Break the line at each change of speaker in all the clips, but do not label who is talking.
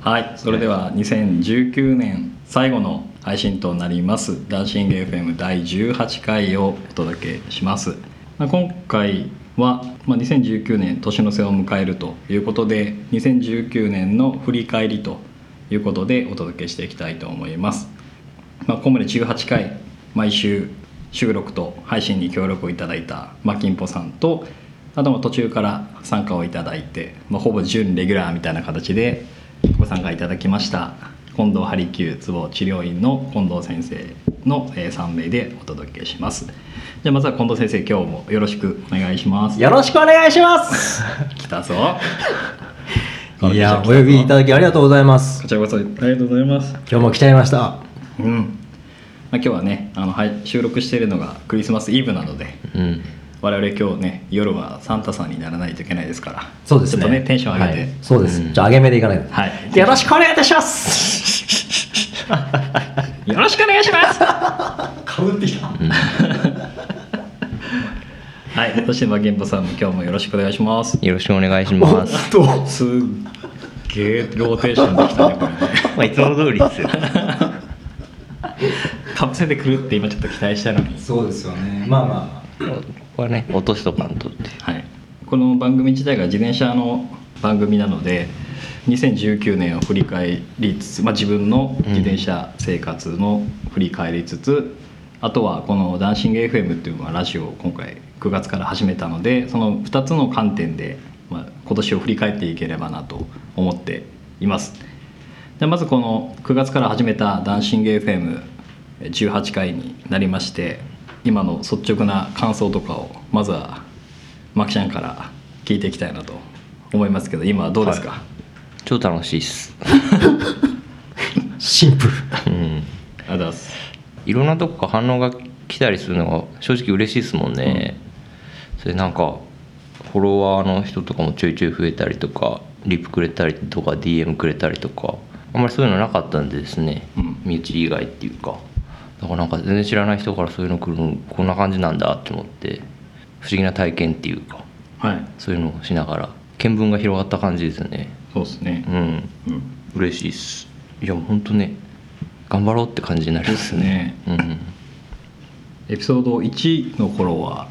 はいそれでは2019年最後の配信となります「ダンシング FM」第18回をお届けします、まあ、今回は、まあ、2019年年の瀬を迎えるということで2019年の振り返りということでお届けしていきたいと思います、まあ、ここまで18回毎週収録と配信に協力をいただいたマキンポさんとあとも途中から参加をいただいて、まあ、ほぼ準レギュラーみたいな形でご参加いただきました近藤ハリキュー壺治療院の近藤先生のえー3名でお届けしますじゃあまずは近藤先生今日もよろしくお願いします
よろしくお願いします
来たぞ
いやお呼びい
だ
ただきありがとうございます
こちらこそありがとうございます
今日も来ちゃいました
うん、まあ、今日はねあのはい収録しているのがクリスマスイブなので
うん
我々今日ね夜はサンタさんにならないといけないですから
そうですね
ちょっとねテンション上げて、
はいそうです、じゃあ上げ目でいかないと
はい
よろしくお願いいたします
よろしくお願いします
かぶってきた、
はいそしてまあ源保さんも今日もよろしくお願いします
よろしくお願いし
お
ま
っ
す。
と
すっげえローテーションできたね これね
まあ、いつも通りですよ。
カプセで来るって今ちょっと期待したのに
そうですよねまあま
ここはね、落としとかんとって。
はい、この番組自体が自転車の番組なので2019年を振り返りつつ、まあ、自分の自転車生活の振り返りつつ、あとはこの「ダンシング FM」っていうまあラジオを今回9月から始めたのでその2つの観点で、まあ、今年を振り返っていければなと思っています。でまずこの9月から始めた「ダンシング FM」18回になりまして今の率直な感想とかをまずはマキちゃんから聞いていきたいなと思いますけど今はどうですか、
超楽しいっす。
あシンプ
ありがとう
ル
うん。
ございます
いろんなとこから反応が来たりするのが正直嬉しいですもんね。それなんか、フォロワーの人とかもちょいちょい増えたりとか、リプくれたりとか、DM くれたりとか、あんまりそういうのなかったんでですね、
うん
身内以外っていうか。だからなんか全然知らない人からそういうの来るのこんな感じなんだって思って不思議な体験っていうか
はい
そういうのをしながら見聞が広がった感じですね
そうですね
う、ん
うん
嬉しいっすいや本当ね頑張ろうって感じになり
で
ますすね
ね
うん
エピソード1の頃は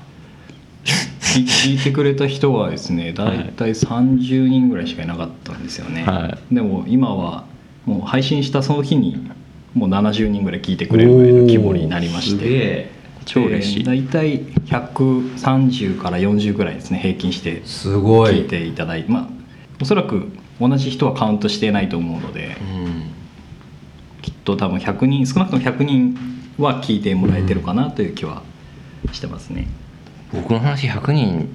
聞聞いてくれた人はですねだいたい30人ぐらいしかいなかったんですよね、
は
でも今はもう配信したその日にもう70人ぐらい聞いてくれるぐらいの規模になりまして
え超嬉しい、
大体130から40ぐらいですね平均して
すご
聞い
い
ていただいて、まあ、おそらく同じ人はカウントしてないと思うので
うん、
きっと多分100人少なくとも100人は聞いてもらえてるかなという気はしてますね。
僕の話100人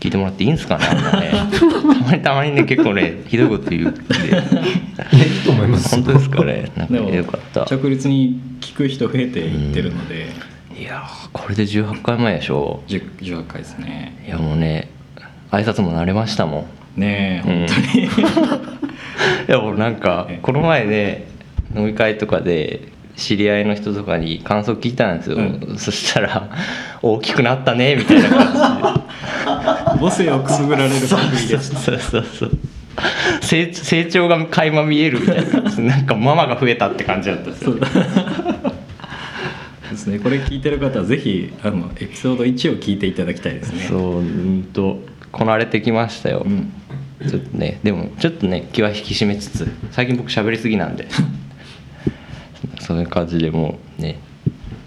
聞いてもらっていいんですかねあんなねたまにたまにね結構ねひどいこと言うんで
いやいいと思います
本当ですかねなんか
でも
ねよかった
着実に聞く人増えていってるので、
いやーこれで18回前でしょ
10 18回ですね。
いやもうね挨拶も慣れましたもん
ねえ、
うん
本当に
いや俺なんか
ええ
この前ね飲み会とかで知り合いの人とかに感想聞いたんですよ、
う
そしたら「大きくなったね」みたいな感
母性をくすぐられる番組
じ で
で
そうそうそう成成長が垣間見えるみたいな感じなんかママが増えたって感じだったんです
そ
よ
うですね。これ聞いてる方はぜひあのエピソード1を聞いていただきたいですね。
そううんとこなれてきましたよ、
うん
ちょっとねでもちょっとね気は引き締めつつ最近僕喋りすぎ なんでそういう感じでもうね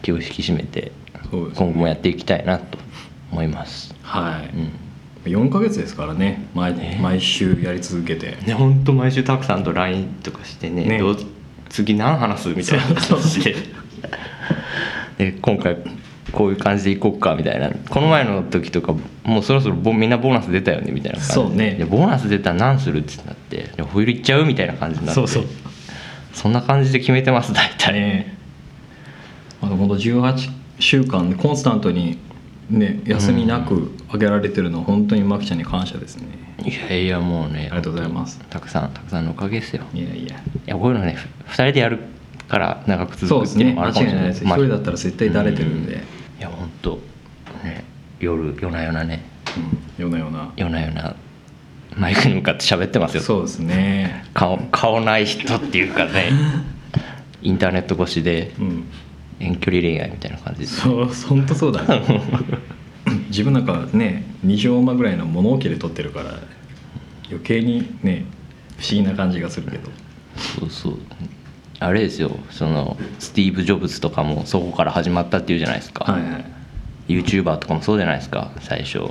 気を引き締めて
そうですね
今後もやっていきたいなと思います、
はい。
うん、
4ヶ月ですからね毎毎週やり続けて
ね本当毎週たくさんと LINE とかしてね
ね
どう次何話すみたいな話でで今回こういう感じでいこうかみたいなこの前の時とかもうそろそろボみんなボーナス出たよねみたいな感じで
そうね
でボーナス出たら何するってなってでホイールいっちゃうみたいな感じになってそんな感じで決めてます 大体、
ねあのこの18週間でコンスタントにね休みなく上げられてるのは本当にマキちゃんに感謝ですね
いやいやもうね
ありがとうございます
たくさんたくさんのおかげですよ
いやいや
いやこういうのね2人でやるから長く
そうで
続くっ
す
ていう
ね
のもあ
間違
るか
いな
もしれ
い
ない
です一人だった
ら
ら絶対だれてるんで
いや本当ね夜夜な夜なね
うんようなような
夜な夜なマイクに向かって喋ってますよ
そうですね
顔顔ない人っていう かねインターネット越しで
うん
遠距離恋愛みたいな感じです
そう本当そうだね 自分なんかね2畳間ぐらいの物置で撮ってるから余計にね不思議な感じがするけど
そうそうあれですよそのスティーブ・ジョブズとかもそこから始まったっていうじゃないですか、
はいはい
YouTuber とかもそうじゃないですか最初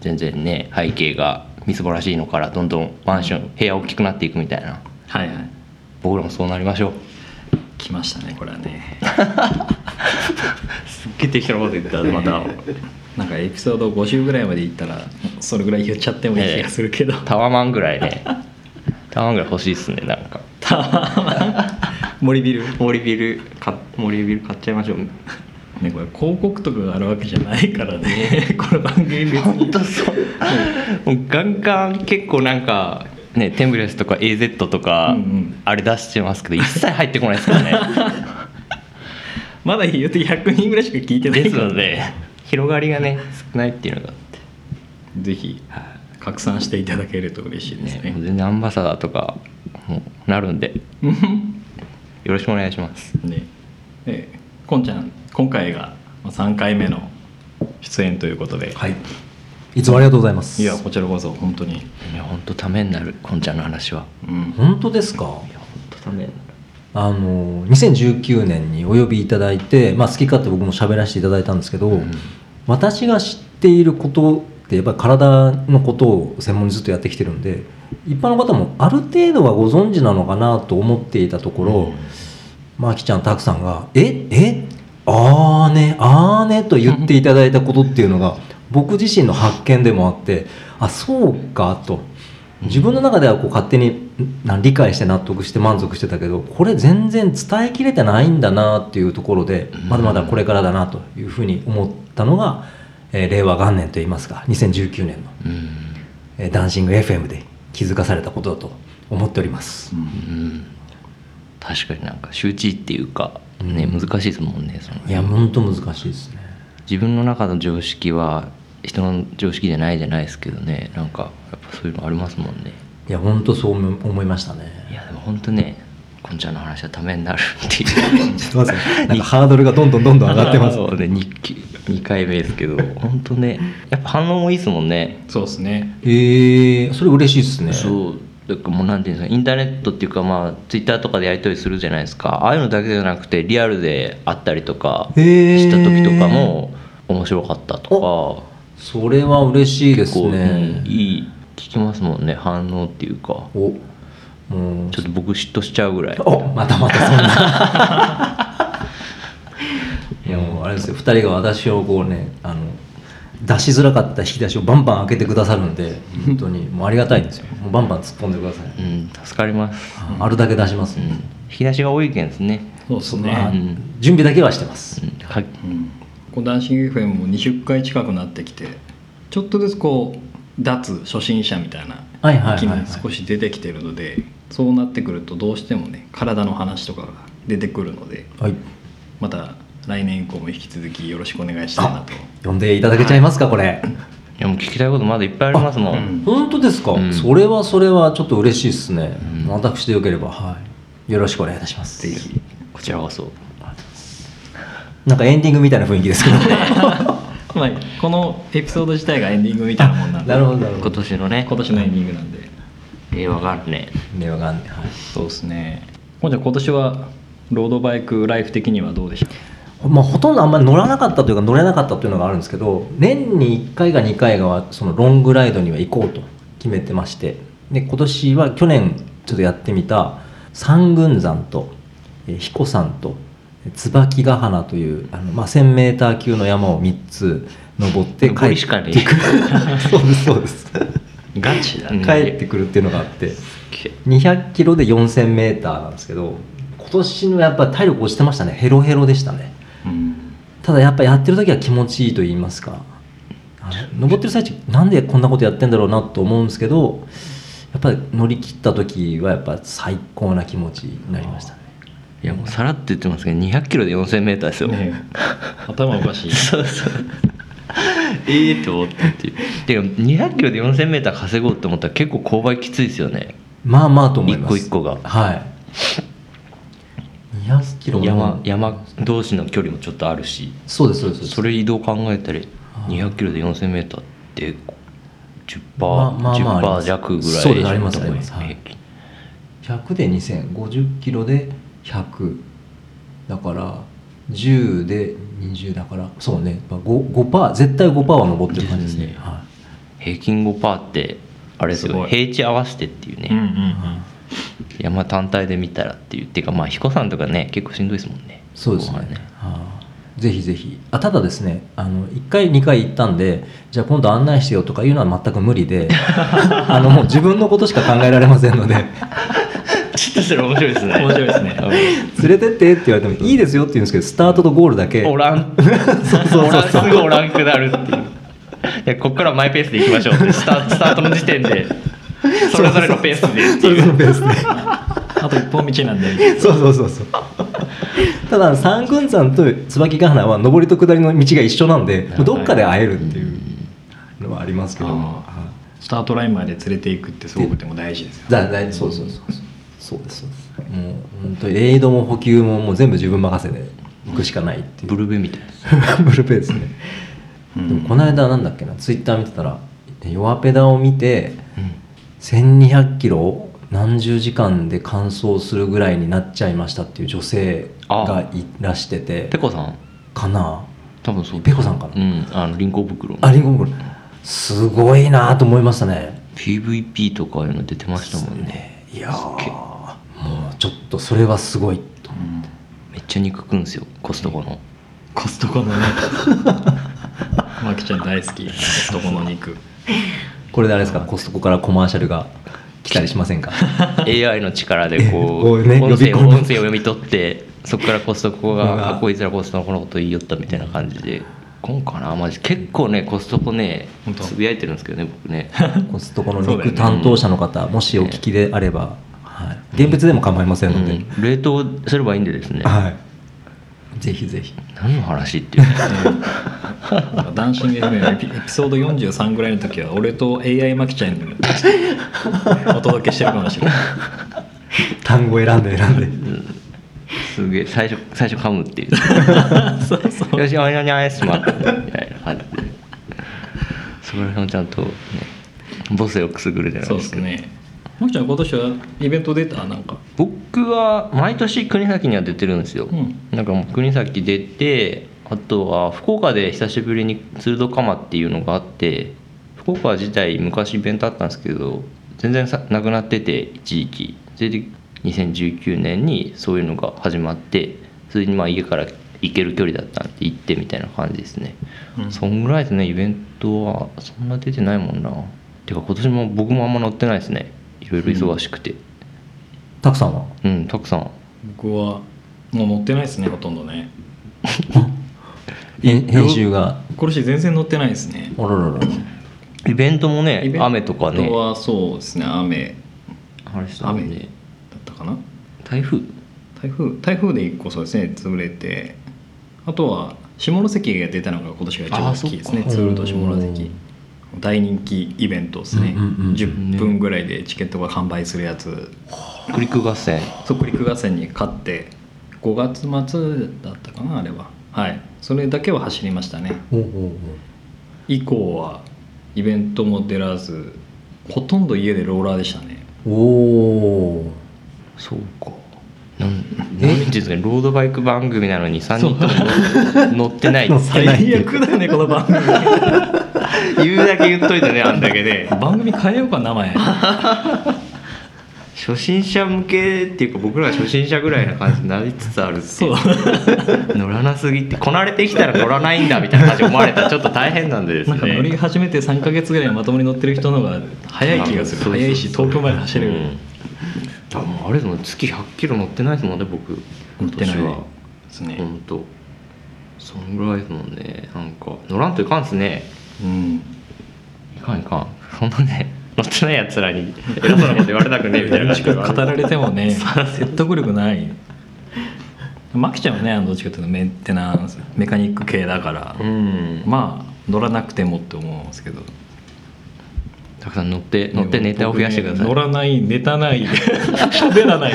全然ね背景がみすぼらしいのからどんどんマンション部屋大きくなっていくみたいな
はいはい
僕らもそうなりましょう
来ましたねこれはね
すっげえ適当なこと言った
またなんかエピソード50ぐらいまでいったらそれぐらい言っちゃってもいい気がするけど、
タワマンぐらいねタワマンぐらい欲しいっすねなんか
森ビル
森ビルか森ビル買っちゃいましょう
ねこれ広告とかがあるわけじゃないからね この番組別に
本当そうもうガンガン結構なんかねテンブレスとか AZ とか、
うんうん
あれ出してますけど一切入ってこないですか らね
まだ言うと100人ぐらいしか聞いてない
で
か
す
ら
ので広がりがね少ないっていうのがあって
ぜひ拡散していただけると嬉しいです
ね、もう
ね。
全然アンバサダーとかもうなるんで
うん
よろしくお願いします
ねえーこんちゃん今回がまあ3回目の出演ということで、
はいいつもありがとうございます
いやこちらこそ本当に、
いや本当ためになるこんちゃんの話は
うん、
本当ですか
ため
あの2019年にお呼びいただいて、まあ、好き勝手僕も喋らせていただいたんですけど、
うん
私が知っていることってやっぱり体のことを専門にずっとやってきてるんで一般の方もある程度はご存知なのかなと思っていたところ、まああきちゃんたくさんが「ええあーねあーね」と言っていただいたことっていうの が僕自身の発見でもあってあそうかと自分の中ではこう勝手にんな理解して納得して満足してたけどこれ全然伝えきれてないんだなっていうところでまだまだこれからだなというふうに思ったのが、えー令和元年といいますか2019年の、
うん
えーダンシング FM で気づかされたことだと思っております。
うん確かになんか周知っていうかね、
うん
難しいですもんねその
いやほんと難しいですね。
自分の中の常識は人の常識じゃないじゃないですけどねなんかやっぱそういうのありますもんね
いや本当そう思思いましたね。
いやでも本当ねこんちゃんの話はためになるってい う
ちょっと待ってくださいなんかハードルがどんどんどんどん上がって ます。
そうね 2, 回目ですけど本当ねやっぱ反応もいいですもんね
そうですね。
ええそれ嬉しいですね。
そうだからもうなんていうんですかインターネットっていうかまあツイッターとかでやり取りするじゃないですかああいうのだけじゃなくてリアルで会ったりとか
へー
した時とかも面白かったと
それは嬉しい
か
で
結
す
構、うん
ね。
いい聞きますもんね反応っていうか
お、もう
ちょっと僕嫉妬しちゃうぐらい
おまたまたそんな。 いやもうあれですよ。二人が私をこうねあの出しづらかった引き出しをバンバン開けてくださるんで本当にもうありがたいんですよ。もうバンバン突っ込んでください。
うん助かります、
あるだけ出します
うん。引き出しが多いけんですね、
そうです
まあ
ね。
ん
準備だけはしてます
う。んか
うん、こうダンシング FM も20回近くなってきて、ちょっとずつこう脱初心者みたいな
はいはいはい
気
はい、
も少し出てきてるので、そうなってくるとどうしてもね体の話とかが出てくるので、
はい。
また来年以降も引き続きよろしくお願いしたいなと。
呼んでいただけちゃいますかこれ。
いやもう聞きたいことまだいっぱいありますも
う
ん、
ん
本当ですか、
うん
それはそれはちょっと嬉しいですね、
うん
私でよければ、はい、よろしくお願いいたします
ぜひこちらこそ
なんかエンディングみたいな雰囲気 ですけど
まあ、このエピソード自体がエンディングみたいなもんなんで
なるほどなるほ
今
ど
年のね
今年のエンディングなんで
令和元年
令和元年はい
そうですねほんじゃ今年はロードバイクライフ的にはどうでした
まあ、ほとんどあんまり乗らなかったというか乗れなかったというのがあるんですけど年に1回か2回がそのロングライドには行こうと決めてましてで今年は去年ちょっとやってみた三軍山とえー彦山とえー椿ヶ鼻というあの、まあ、1,000m 級の山を3つ登って帰
残
っ
りしかね
てくる そうですそうです
ガチだ
ね
帰ってくるっていうのがあって200キロで4000メーターなんですけど今年のやっぱ体力落ちてましたねヘロヘロでしたね
うん
ただやっぱやってる時は気持ちいいと言いますかあの登ってる最中なんでこんなことやってんだろうなと思うんですけどやっぱり乗り切った時はやっぱ最高な気持ちになりましたね
いやもうさらって言ってますけど200キロで4000メーターですよ、
ねえ頭おかしい
そうそうええと思ったっていうでも200キロで 4000m 稼ごうと思ったら結構勾配きついですよね
まあまあと思います
一個一個が
はい200キロも
山山同士の距離もちょっとあるし
そうですそうです
そ
れ
れ移動考えたり
あー
200キロで 4000m って10%、
まあまあまああります
10%弱ぐらい
そうですありますあります
平均
100で2050キロで100だから10で20だからそうね 5%, 5%絶対5%は上ってる感じですね
ですね
は
平均5%ってあれです
す
よ
ごい
平地合わせてっていうね、
うんうん
い
山単体で見たらっていうてかまあ彦さんとかね結構しんどいですもんね
そうです
後
ね
半
あーぜひぜひあただですねあの1回2回行ったんでじゃあ今度案内してよとかいうのは全く無理で あのもう自分のことしか考えられませ んので
ちょっとそれ 面白いですね
面白いですね
連れてってって言われてもいいですよって言うんですけどスタートとゴールだけ
おらん
そうそうそうそう
おらんすぐおらんくなるっていういやここからはマイペースでいきましょうってスタスタートの時点 でそれぞれのペースでって
そ
い
れぞれ
う
のペース で
あと一本道なんで
そうそうそうそうただ三軍山と椿ヶ鼻は上りと下りの道が一緒なんでどっかで会えるっていうのはありますけども
あースタートラインまで連れていくってすごくでも大事ですよ
だだいそうそうそうそうそうですそうですもう本当にエイドも補給ももう全部自分任せで行くしかないっていう
ブルベみたいです
ブルペですね、
うん
でもこの間なんだっけなツイッター見てたら弱ペダを見て1200キロを何十時間で完走するぐらいになっちゃいましたっていう女性がいらしてて
ペコさん
かな
多分そう
ペコさんかな
うんあのリンゴ袋
あリンゴ袋すごいなと思いましたね
PVP とかいうの出てましたもんね
いやーもうちょっとそれはすごいと
うん
めっちゃ肉食うんですよコストコの
コストコのねマキちゃん大好きコストコの肉
これであれですかコストコからコマーシャルが来たりしませんか
AI の力で
こ
こ
う
う
ね呼
音
び
声
込
を
む
音声を読み取ってそこからコストコ
うわ
がこいつらコストコのこと言いよったみたいな感じで今かなマジ結構ねコストコね
本当
つぶやいてるんですけどね僕ね
コストコの
そうだよね
肉担当者の方、もしお聞きであれば、はい、現物でも構いませ
うん
ので、
ん冷凍すればいいんでですね
はい、ぜひぜひ
何の話っていうね
ダンシング FM エピエピソード43ぐらいの時は俺と AI マキちゃんにお届けしてるかもしれない
単語選んで選んで
すげえ最初最初噛むっていう
そうそう
よしおいのにあやすまったみたいな感じでそこら辺をちゃんとね母性をくすぐるじゃない
そう
で
ですす
か
ねマキちゃん今年はイベント出たなんか
僕は毎年国崎には出てるんですよ、
うん
なんかもう国崎出てあとは福岡で久しぶりに鶴戸釜っていうのがあって福岡自体昔イベントあったんですけど全然さなくなってて一時期それで2019年にそういうのが始まってそれにまあ家から行ける距離だったんで行ってみたいな感じですね、
うん
そんぐらいですねイベントはそんな出てないもんなてか今年も僕もあんま乗ってないですねいろいろ忙しくて
たくさんは
うん、たくさん
僕はもう乗ってないですねほとんどね
え編集が
今年全然乗ってないですね
おろろろ
イベントもね
イベント
雨とかね
今日はそうですね雨
あれしたも
雨
ん
だ
ね
ったかな
台風
台風台風で1個そうですね潰れてあとは下関が出たのが今年が一番大きいですね
あそっか
ツールと下
う
関
ん
大人気イベントですね、
うんうんうんうん
10分ぐらいでチケットが完売するやつ
クリック合戦
そこ陸合戦に勝って5月末だったかなあれははいそれだけは走りましたね
おうおうおう
以降はイベントも出らずほとんど家でローラーでしたね
おー
そうかなん何日ですかねロードバイク番組なのに3人とも乗 乗ってない
乗ってない
最悪だよねこの番組
言うだけ言っといてねあんだけで
番組変えようかな名前
初心者向けっていうか僕らが初心者ぐらいな感じになりつつあるっていう 乗らなすぎてこなれてきたら乗らないんだみたいな感じに思われたらちょっと大変なんでです
なんか乗り
ね
始めて3か月ぐらいまともに乗ってる人の方が早い気がする
そうそうそう
早いし東京まで走れる、
うんあもうあれでも月100キロ乗ってないですもんね僕
乗
今
ってない
年は
ですね、
本当そんぐらいですもんねなんか乗らんといかんっすね
うん、
いかんいかんそんなね 乗ってないやつらに偉そうなこと言われたくねえみたいな感じで
語られても ね説得力ないマキちゃんはねあのどっちかというとメンテナンスメカニック系だから、
うん
まあ乗らなくてもって思うんですけど
たくさん乗って乗ってネタを増やしてください、
僕ね乗らないネタない 喋らない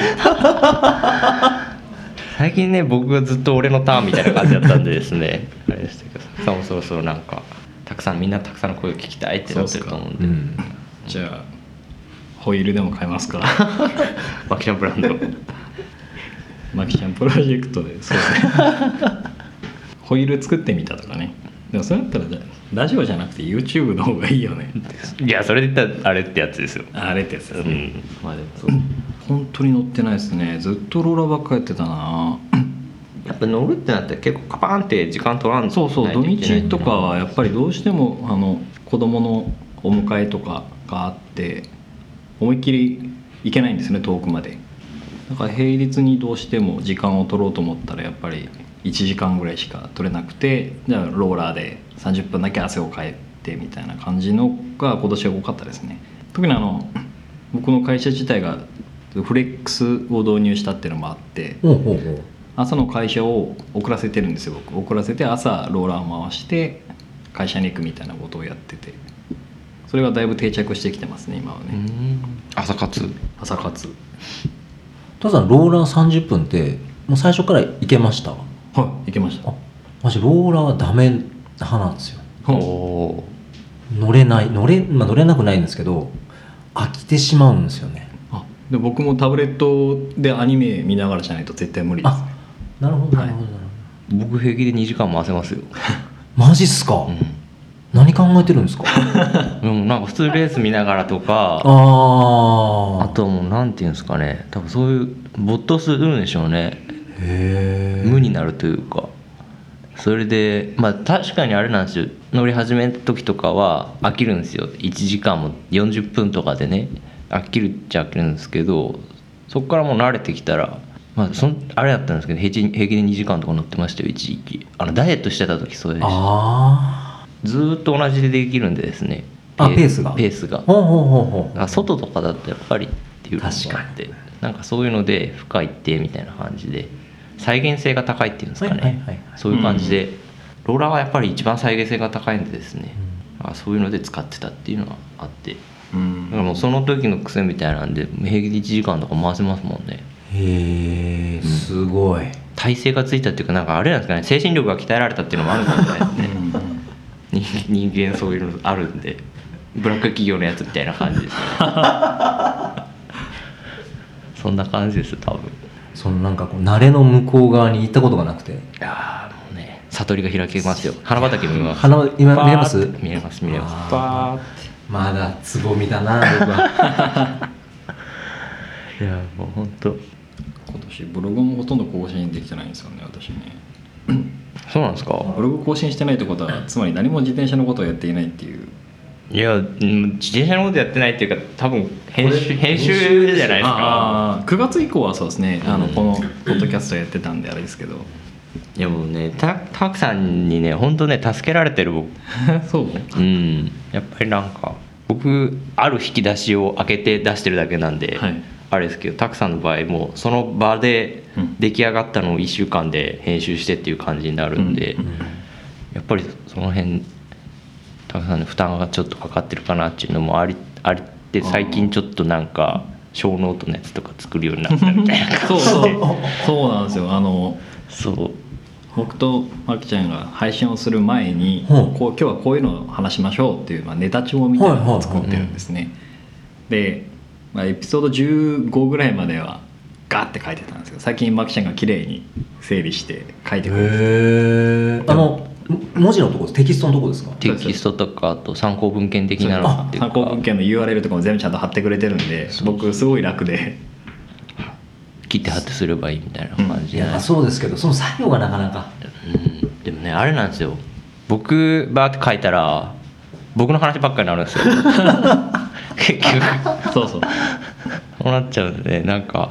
最近ね僕がずっと俺のターンみたいな感じだったんでですねあれでしたけどさんもそろそろなんかたくさんみんなたくさんの声を聞きたいってなってると思うん
う
で
ん、
じゃあホイールでも買えますから
マキシャンブランド
マキちゃんプロジェクトでそうね ホイール作ってみたとかねでもそれだったらじゃラジオじゃなくて YouTube の方がいいよね
いやそれで言ったらあれってやつですよ
あれってやつです
う
ね、
ん
まあでもそう
本当に乗ってないですねずっとローラーばっかやってたな
やっぱ乗るってなったら結構カパーンって時間取らん
そうそう
ない
土
といけない
日とかはやっぱりどうしてもあの子供のお迎えとかがあって思いっきり行けないんですね遠くまでだから平日にどうしても時間を取ろうと思ったらやっぱり1時間ぐらいしか取れなくてじゃあローラーで30分だけ汗をかいてみたいな感じのが今年は多かったですね特にあの僕の会社自体がフレックスを導入したっていうのもあって、
ほうほうほう
朝の会社を遅らせてるんですよ僕遅らせて朝ローラーを回して会社に行くみたいなことをやっててそれがだいぶ定着してきてますね今はね、
うん朝活
朝活
たださんローラー30分ってもう最初からいけました
はい行けました
あ私ローラーはダメ派なんですよ
ほう
お
乗れない乗れ,、まあ、乗れなくないんですけど飽きてしまうんですよね
あで僕もタブレットでアニメ見ながらじゃないと絶対無理です
あ
ね
なるほどな
はい
るほど、なるほ
僕平気で2時間回せますよ、
どマジっすか、
う
何考えてるんですか
ん、でもなんか普通レース見ながらとか
あー
あともうなんていうんですかね多分そういう没頭するんでしょうね
へえ
無になるというかそれでまあ確かにあれなんですよ乗り始めた時とかは飽きるんですよ1時間も40分とかでね飽きるっちゃ飽きるんですけどそこからもう慣れてきたら、まあ、そんあれだったんですけど平均平均で2時間とか乗ってましたよ一時期あのダイエットしてた時そうでした
あ
ずーっと同じでできるんでですね
あペースが
ペース
あ
が
ほうほうほうほう
だから外とかだとやっぱりっていうのがあってなんかそういうので負荷一定みたいな感じで再現性が高いっていうんですかね、
はいはいはいはい
そういう感じで、ローラーはやっぱり一番再現性が高いんでですね、あそういうので使ってたっていうのはあって
う
だ
ん
からもうその時の癖みたいなんで平気で1時間とか回せますもんね
へえすごい、
体勢がついたっていうかなんかあれなんですかね精神力が鍛えられたっていうのもあるかもしれない ですね人人間そういうのあるんでブラック企業のやつみたいな感じですね そんな感じです多分
そのなんかこう慣れの向こう側に行ったことがなくて
いやーもうね悟りが開けますよ花畑見えます
花今見れます
バーって見えます見えます
バー
あ
って
ーまだつぼみだな僕 は
いやもう本当
今年ブログもほとんど更新できてないんですよね私ね
そうなんですか
ブログ更新してないってことはつまり何も自転車のことをやっていないっていう
いやうん自転車のことやってないっていうか多分編集編集じゃないですか
ああ9月以降はそうですねあの
うん
このポッドキャストやってたんであれですけど
いやもうねたたくさんにね本当ね助けられてる僕
そう
うんやっぱりなんか僕ある引き出しを開けて出してるだけなんで、
はい
あれですけどたくさんの場合もうその場で
うん
出来上がったのを1週間で編集してっていう感じになるんで、
うんうん
やっぱりその辺たくさんの負担がちょっとかかってるかなっていうのもありありって最近ちょっとなんか小ノートのやつとか作るようになったみ たいな
そうそうそうなんですよあの
そう
僕とまきちゃんが配信をする前に、
はい
こう今日はこういうのを話しましょうっていう、まあ、ネタ帳みたいなのを作ってるんですね、で、まあ、エピソード15ぐらいまではガーって書いてたんですけど最近まきちゃんが綺麗に整理して書いてくれて
へえあの文字のとこテキストのとこですか
テキストとかあと参考文献的なのっていうか
参考文献の URL とかも全部ちゃんと貼ってくれてるんで僕すごい楽で
切って貼ってすればいいみたいな感
い
じなん
や
で
そうですけどその作業がなかなか
うんでもねあれなんですよ僕バーって書いたら僕の話ばっかりになる んですよ結局
そうそう
そうなっちゃうんでねなんか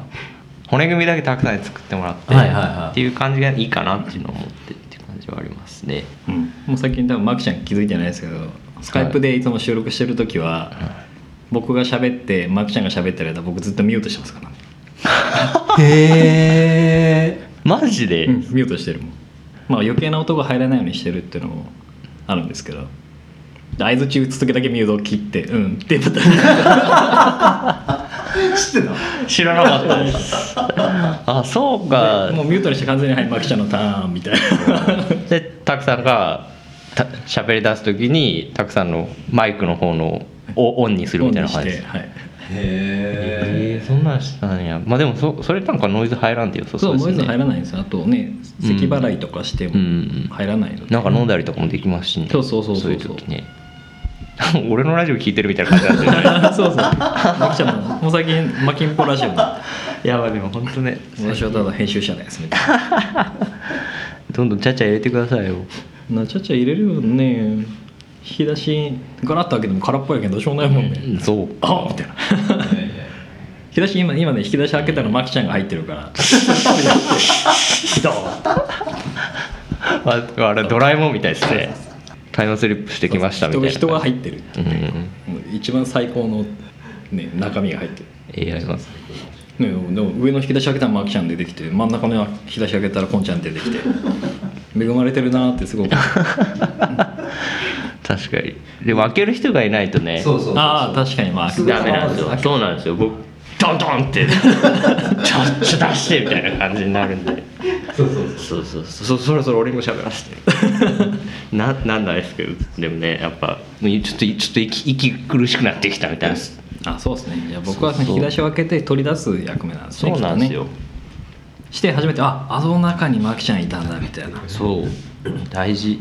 骨組みだけたくさん作ってもらって、
はいはいはい
っていう感じがいいかなっていうのを思ってって感じはありますね
うんもう最近多分マキちゃん気づいてないですけどスカイプでいつも収録してる時は、僕が喋ってマキちゃんが喋ってる間僕ずっとミュートしてますからね、
へえ
マジで、
ミュートしてるもんまあ余計な音が入らないようにしてるっていうのもあるんですけど相槌打つ時だけミュートを切って「うん」ってまた
知ってた
知らなかったです
あそうか
もうミュートにして完全に「はいマキちゃんのターン」みたいな
でたくさんがた喋り出す時にたくさんのマイクの方のをオンにするみたいな感じ
してはい
へ
えーそんなんしたんやまあでもそそれなんかノイズ入らんでよさ
そう
です
ノ
ね
イズ入らないんですよあとね咳払いとかして
う
も
ん
入らないので、
なんか飲んだりとかもできますしね
そうそうそう
そ
そうう
いう時ね 俺のラジオ聞いてるみたいな感じなん ですよね
そうそうマキちゃんももう最近マキンポラジオの
いやまあでも本当ね
私はただ編集者ですみたいな
どんどんちゃちゃ入れてくださいよ
なちゃちゃ入れるよね引き出しガラッと開けても空っぽやけどどうしようもないもんね、
そう
あみたいな引き出し今今ね引き出し開けたらマキちゃんが入ってるから
ああれドラえもんみたいですねタイムスリップしてきましたみたいな
人が人が
っ
入ってるっていうね、もう一番最高の、ね、中身が入ってる
て AI ます
ね、でも上の引き出し開けたらマキちゃん出てきて真ん中の引き出し開けたらコンちゃん出てきて恵まれてるなってすごく
確かにでも開ける人がいないとね
そうそうそうそう
ああ確かにまあ
ダメなんですよそうなんですよ僕ドンドンっ てちょっと出してみたいな感じになるんで
そうそう
そうそうそうそそろそろ俺にも喋ら せてななんないですけどでもねやっぱもうちょっとちょっと息息苦しくなってきたみたいな
あそうですねいや僕はね
そうそう
引き出しを開けて取り出す役目なんですね
そうなんですよ、
きっとねして初めてああの中にマキちゃんいたんだみたいな
そう大事、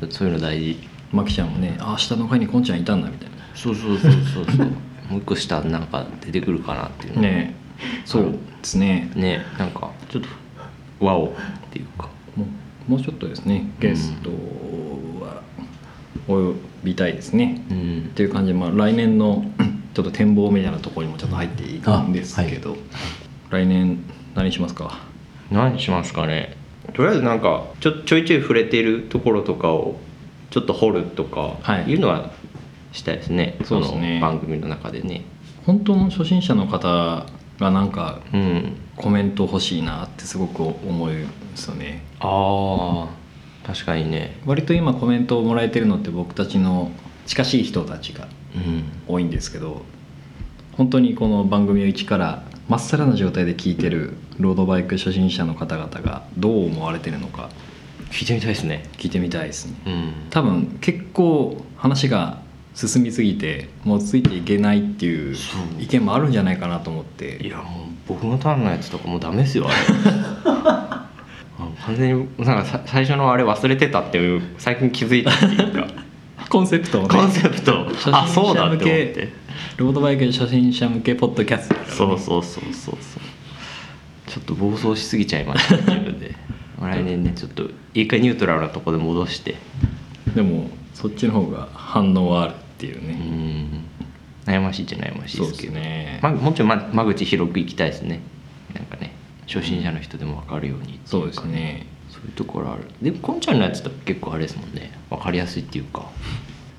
うん、そういうの大事
マキちゃんもねあ下の階にコンちゃんいたんだみたいな
そうそうそうそうそう もう一個下なんか出てくるかなっていう
ねえそうですね
ねなんかちょっとワオっていうか
もうもうちょっとですねゲストはお呼びたいですね、
うん
っていう感じで、まあ、来年の ちょっと展望みたいなところにもちょっと入っていくんですけど、来年何しますか
何しますかねとりあえずなんかちょちょいちょい触れてるところとかをちょっと掘るとか
はい
いうのはしたいですね、
そうですね
の番組の中でね
本当の初心者の方がなんか
うん
コメント欲しいなってすごく思うんですよね
ああ確かにね
割と今コメントをもらえてるのって僕たちの近しい人たちが
うん
多いんですけど本当にこの番組を一からまっさらな状態で聞いてるロードバイク初心者の方々がどう思われてるのか
聞いてみたいですね
聞いてみたいですね
うん
多分結構話が進みすぎてもうついていけないっていう
そう
意見もあるんじゃないかなと思っ
い
て
やもう僕のターンのやつとかもうダメですよあれ あ完全になんかさ最初のあれ忘れてたっていう最近気づいたってい うか
コンセプトを
コン
ね
セプト
初心者
あそうだって思っ
向
て
けロードバイク初心者向けポッドキャストだからね
そうそうそうそうそうちょっと暴走しすぎちゃいました自分 で来年ねちょっと一回ニュートラルなとこで戻して
でもそっちの方が反応はあるっていう
う
ね、
ん悩ましいっちゃ悩ましい
そう
で
です
け
す
ど
ね、
ま、もうちょいま間口広く行きたいですねなんかね初心者の人でも分かるようにってい
そう
か
ですね
そういうところあるでもこんちゃんのやつと結構あれですもんね分かりやすいっていうか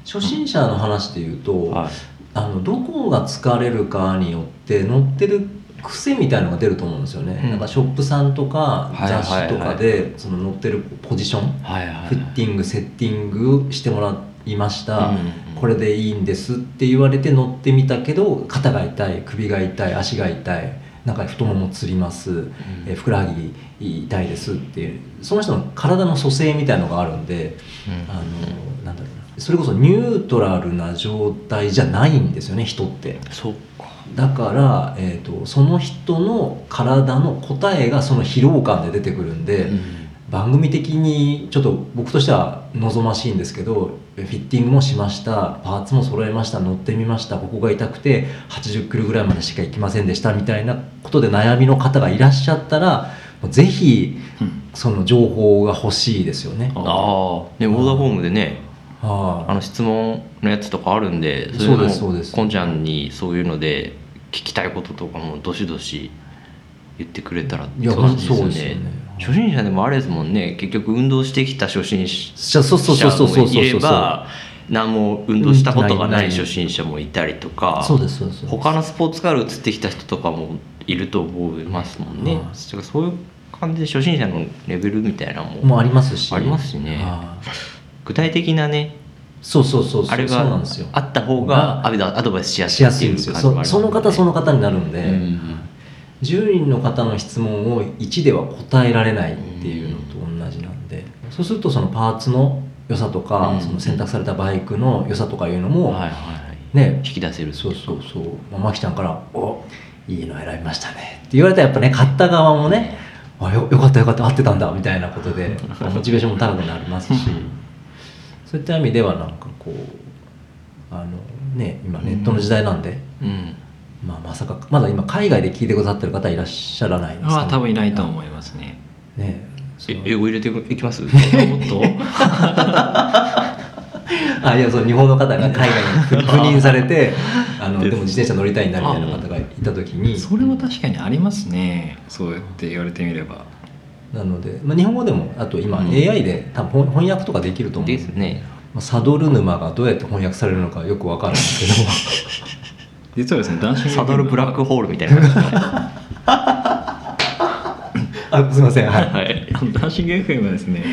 初心者の話で言うと、
はい
あのどこが疲れるかによって乗ってる癖みたいのが出ると思うんですよね、
うん
なんかショップさんとか
はいはい
雑誌とかでその乗ってるポジション、
はいは
フィッティングセッティングしてもらいました、
うん
これでいいんですって言われて乗ってみたけど肩が痛い首が痛い足が痛いなんか太ももつります、えーふくらはぎ痛いですっていうその人の体の蘇生みたいのがあるんで、
うん
あのなんだろうなそれこそニュートラルな状態じゃないんですよね人って
そうか
だから、えー、とその人の体の答えがその疲労感で出てくるんで、番組的にちょっと僕としては望ましいんですけどフィッティングもしましたパーツも揃えました乗ってみましたここが痛くて80キロぐらいまでしか行きませんでしたみたいなことで悩みの方がいらっしゃったらもうぜひ
うん
その情報が欲しいですよね。
ああでオーダーフォームでねあ
は
の質問のやつとかあるんで
そう
れも
ですそうです
こんちゃんにそういうので聞きたいこととかもどしどし言ってくれたら
いいや
楽し
そうですよね
初心者でもあれですもんね結局運動してきた初心者
いじゃあそうそうそうそうそう
もい
そう
れ
そう
ば何も運動したことが
な
な
い
い
ない
初心者もいたりとか
そうですそうですそうです
他のスポーツから移ってきた人とかもいると思いますもんね
はい
だからそういう感じで初心者のレベルみたいなのも
もうありますし
ありますしね
はい
具体的なね
そうそうそうそう
あれ
そうな
が
んですよ
あった方がアビダアドバイスしやす
し
い
や
っ
す
て
い
い
ん
う
ですよ
感じもあ
そ
る
その方その方になるんで、
うん
10人の方の質問を1では答えられないっていうのと同じなんでそうするとそのパーツの良さとか、
うん
その選択されたバイクの良さとかいうの
は
も、
いはいはい
ね
引き出せる
そうそうそう、まあ、マキちゃんから「おいいの選びましたね」って言われたらやっぱね買った側もね「あよよかったよかった合ってたんだ」みたいなことでまあモチベーションも高くなりますしそういった意味ではなんかこうあのね今ネットの時代なんで。
うん
まあ、まさかまだ今海外で聞いてくださってる方いらっしゃらないんですか、
ああ多分いないと
う
思いますね
ねそ
え
う
英語入れていきます
もっと
あいやそう日本の方が海外に 赴赴任されてあのでも自転車乗りたいんだみたいな方がいた時 に
それも確かにありますねそうやって言われてみれば
なので、まあ、日本語でもあと今
うん
AI で多分翻翻訳とかできると思うん
ですね
まあサドル沼がどうやって翻訳されるのかよくわからないんですけ ど
実はですね男子
サドルブラックホールみたいな
あすいませんはい、
はい、あの ダンシング FM はですね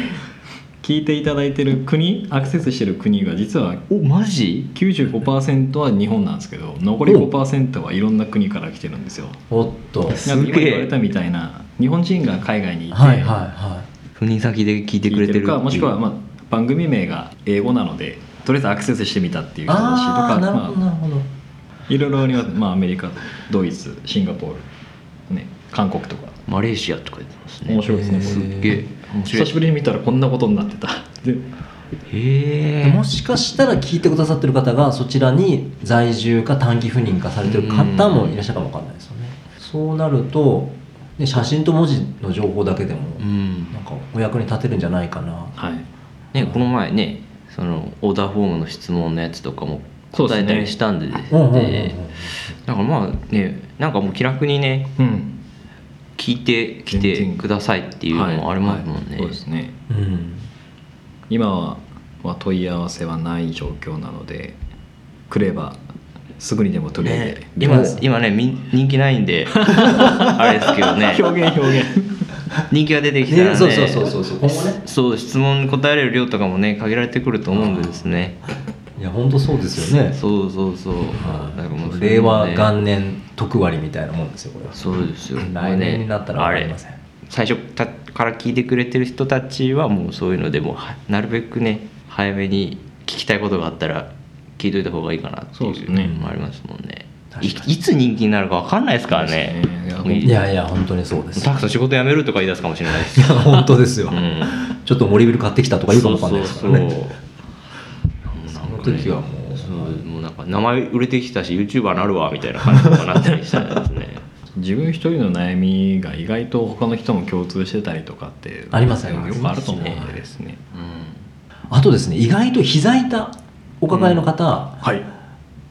聞いていただいてる国アクセスしてる国が実は
おマジ
95%は日本なんですけど残り
お
5%はいろんな国から来てるんですよ
おっとはい
なんか今言われたみたいな日本人が海外にいて
はいは
赴任先で聞いて
聞
く
い
れ
て
てるってい
る
う
かもしくはまあ番組名が英語なのでとりあえずアクセスしてみたっていう人たちと
あ
か
あなる
ま
ほどなるほど
あ、いろいろあります、まあ、アメリカドイツシンガポール、ね、韓国とか
マレーシアとか言ってますね
面白いですね
へ
すっ
ー
す
げ
っげ
え
え面白
久
い
しぶりに見たらこんなことになってたで
へえ
もしかしたら聞いてくださってる方がそちらに在住か短期赴任かされてる方もいらっしゃるかもわかんないですよね。そうなると、ね、写真と文字の情報だけでも
うん
なんかお役に立てるんじゃないかな。
はい
ねこの前ねそのオーダーフォームの質問のやつとかも
そうです
答え
ね
たりしたんでで
うんうんうんうん
だからまあねなんかもう気楽にね
うん
聞いてきてくださいっていうのもありますもんね、
はいはいそうですね
うん
今は、まあ、問い合わせはない状況なので来ればすぐにでも取り上げ、
ね今今ねみ人気ないんであれですけどね
表現表現
人気が出てきたらね
ねそうそうそうそうそう今後ね
そう質問に答えれる量とかもね限られてくると思うんでですね
いや本当そうですよね。
そうそうそう
はい
だからもうそれ
令
も
和
ね
元年特割みたいなもんですよこれは。
そうですよ
来年になったら
あ
わかり
れ
ません。
最初たから聞いてくれてる人たちはもうそういうのでもはなるべくね早めに聞きたいことがあったら聞いといた方がいいかなって
そうです
い
ね
うのもありますもんねい
確かに
いつ人気になるか分かんないですからね
そうですねいや
もう
いやいや本当にそうです。い
タクさん仕事辞めるとか言い出すかもしれないで す
や 本当ですよ。
うん
ちょっと森ビル買ってきたとか言うかもわかんないですからね。
そうそう
そ
そうなんか
の
ね
時はもう
そうもうなんか名前売れてきたし YouTuber になるわみたいな感じになったりしたんですね
自分一人の悩みが意外と他の人も共通してたりとかって
ありますあり
よ
ます
くあると思うのでですね
う
あとですね意外と膝痛お抱えの方、
はい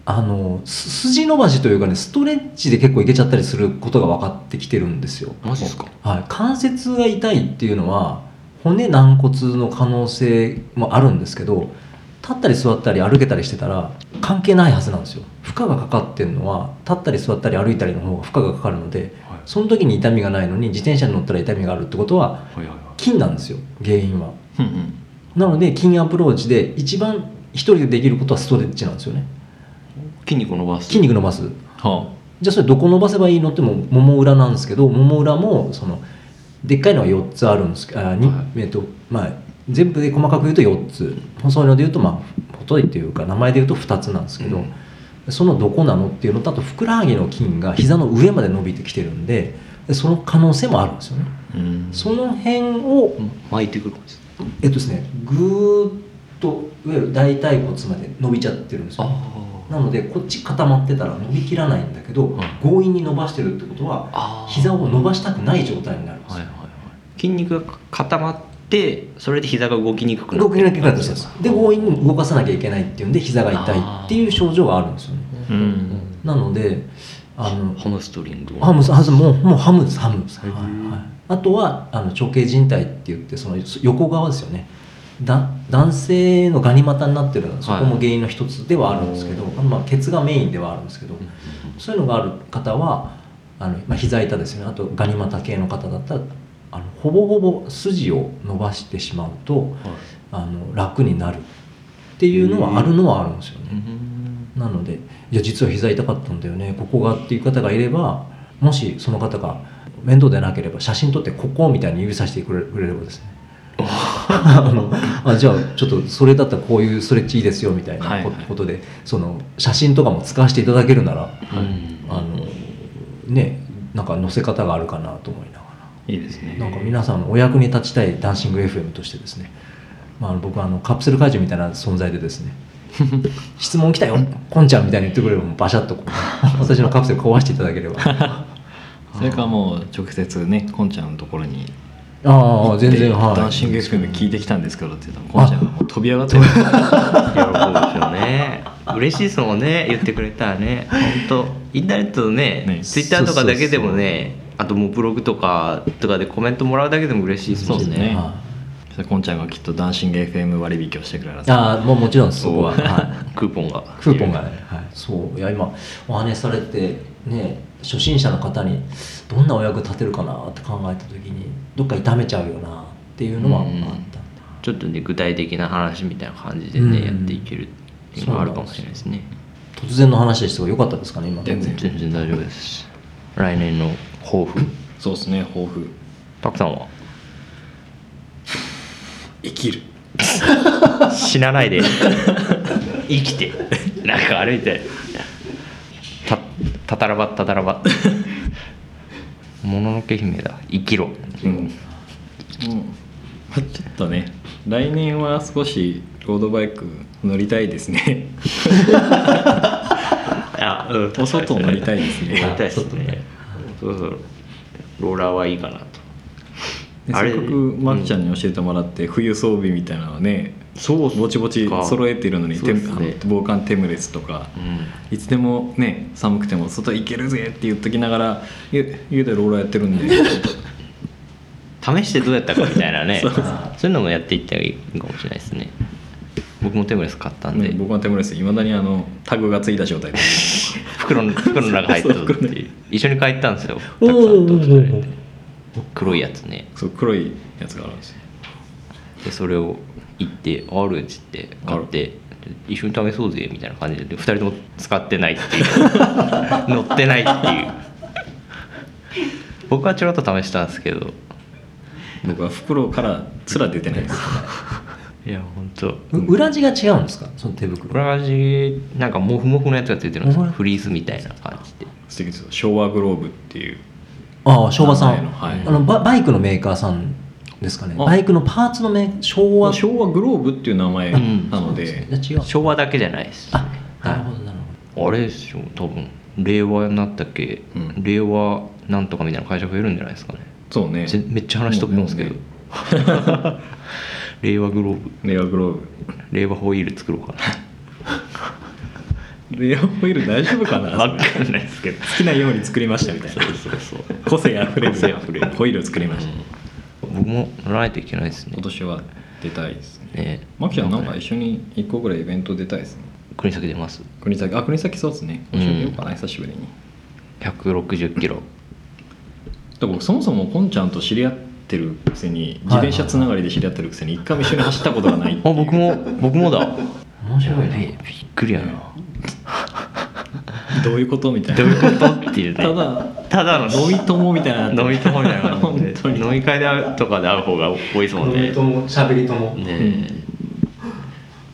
あのす筋伸ばしというかねストレッチで結構いけちゃったりすることが分かってきてるんですよ、
んマジですか
はい、関節が痛いっていうのは骨軟骨の可能性もあるんですけど立ったり座ったり歩けたりしてたら関係ないはずなんですよ負荷がかかってるのは立ったり座ったり歩いたりの方が負荷がかかるので
はい
その時に痛みがないのに自転車に乗ったら痛みがあるってことは
はいはいはい
筋なんですよ原因は
うんうん
なので筋アプローチで一番一人でできることはストレッチなんですよね
筋肉伸ばす
筋肉伸ばす
は
じゃあそれどこ伸ばせばいいのってももも裏なんですけどもも裏もそのでっかいのが4つあるんですけど、あに
はい
えっとまあ、全部で細かく言うと4つ細いので言うとまあ細いっていうか名前で言うと2つなんですけど、
うん
そのどこなのっていうのとあとふくらはぎの筋が膝の上まで伸びてきてるんででその可能性もあるんですよね。
あうん
その辺を
巻いてくる感じです
えっとですねぐーっといわゆる大腿骨まで伸びちゃってるんですよなのでこっち固まってたら伸びきらないんだけど、
はい
強引に伸ばしてるってことは
あー
膝を伸ばしたくない状態になるんです
はい
よ
はいはい筋肉が固まってそれで膝が動きにくくな
動きなくなって
る
るんですよで強引に動かさなきゃいけないっていうんで膝が痛いっていう症状があるんですよね
うん
なのであの
ハムストリング
ハムスハムスもうもうハムですハムです、はい
へー
はいあとはあの直径靭帯って言ってその横側ですよねだ男性のガニ股になってるのはそこも原因の一つではあるんですけど、まあ、ケツがメインではあるんですけど、そういうのがある方はあの、まあ、膝痛ですよねあとガニ股系の方だったらあのほぼほぼ筋を伸ばしてしまうと,、あの楽になるっていうのはあるのはあるんですよね。なので「いや実は膝痛かったんだよねここが」っていう方がいればもしその方が面倒でなければ写真撮って「ここ」みたいに指さしてくれくれればです ねあのあじゃあちょっとそれだったらこういうストレッチいいですよみたいなこ,、
はいはい
とでその写真とかも使わせていただけるなら
うん
あのねなんか載せ方があるかなと思いながら。
いいですね
なんか皆さんのお役に立ちたいダンシング FM としてですね、まああの、僕はあのカプセル怪獣みたいな存在でですね 質問来たよこんちゃんみたいに言ってくれればもうバシャッとこう私のカプセル壊していただけ ればあ
それかもう直接ねこんちゃんのところに
あ全然
で
はい
ダンシング FM 聞いてきたんですけどって言ったらこんちゃんがもう飛び上がってる
喜ぶでしょうね嬉しいですもんね言ってくれたらね本当インターネットのね
ね
ツイッターとかだけでもねあともうブログとかとかでコメントもらうだけでも嬉しいですもんね
そうですね
は
それこんちゃんがきっとダンシング FM 割引をしてくれる
いああもうもちろんそこは、はい
クーポンが
クーポンがね、はい、そういや今お話しされてね初心者の方にどんなお役立てるかなって考えた時にどっか痛めちゃうよなっていうのはあったんだ、
ちょっとね具体的な話みたいな感じでね、
うん
やっていけるっていうのがあるかもしれないですね
突然の話でしたが良かったですかね今
全然
全然大丈夫です来年の抱負
そうですね抱負
たくさんは
生きる
死なないで 生きてなんか歩いてたたたらばたたらばもののけ姫だ生きろ
うん、ちょっとね来年は少しロードバイク乗りたいですね
あうん
お外乗りたいです
乗りたい
ね
ですねそろそろローラーはいいかなと
で
あ
せ
れ
っかくマキちゃんに教えてもらって、冬装備みたいなのはね
そう
ぼちぼち揃えてるのに、
そ
テ
うで
ム
す
あ
ね
の防寒テムレスとか、
う
いつでもね寒くても外行けるぜって言っときながらゆ家でローラーやってるんで
ん試してどうやったかみたいなね
そうそう
そういうのもやっていったらいいかもしれないですね僕もテムレス買ったんで、
ね僕はテムレスいまだにあのタグがついた状態で
袋 の袋の中入ってるっていう一緒に帰ったんですよたく
お
さんと
ー
二人で黒いやつね
そう黒いやつがあるんですよ
でそれを行って「ある」っつって買って「一緒に試そうぜ」みたいな感じで2人とも使ってないっていう 乗ってないっていう僕はちょろっと試したんですけど
僕は袋からすら出てないです
いやほんと
う裏地が違うんですかその手袋
裏地なんかモフモフのやつがついてるんですよ
モフ
フリースみたいな感じで
素敵ですよ昭和グローブっていう
ああ昭和さん、
名前のはい
あのババイクのメーカーさんですかね
あ
バイクのパーツのメー昭和
昭和グローブっていう名前
うん
なので、
じゃあ違う
昭和だけじゃないです
あなるほどなるほ
あれですよ多分令和になったっけ、
うん
令和なんとかみたいな会社増えるんじゃないですかね
そうね
ぜめっちゃ話飛ぶんですけど
もうね
令和グローブ
令和グローブ
令和ホイール作ろうか
令和ホイール大丈夫かな
な わかんないですけど
好きなように作りましたみたいな
そうそう
個性あふれる
個性あふれる
ホイールを作りました、
僕も乗らないといけないですね
今年は出たいですね
ね
マキちゃんなんか一緒に1個ぐらいイベント出たいですね
国崎出ます
国崎あ国崎そうですね
うん
今週出ようかな、久しぶりに
160キロ
で僕そもそもポンちゃんと知り合ってるくせに自転車つながりで知り合ってるくせに一回も一緒に走ったことがないっ
あ
ていう
僕も僕もだ
ど面白い
び
ね
っくりやな
どういうことみたい
どう
な
いうことっていうね
ただ
ただの
飲み友みたいな
飲み友みたいなもん
本
で
当に
飲み会で会うとかで会う方が多いですもんね
もしゃべりとも
ねえ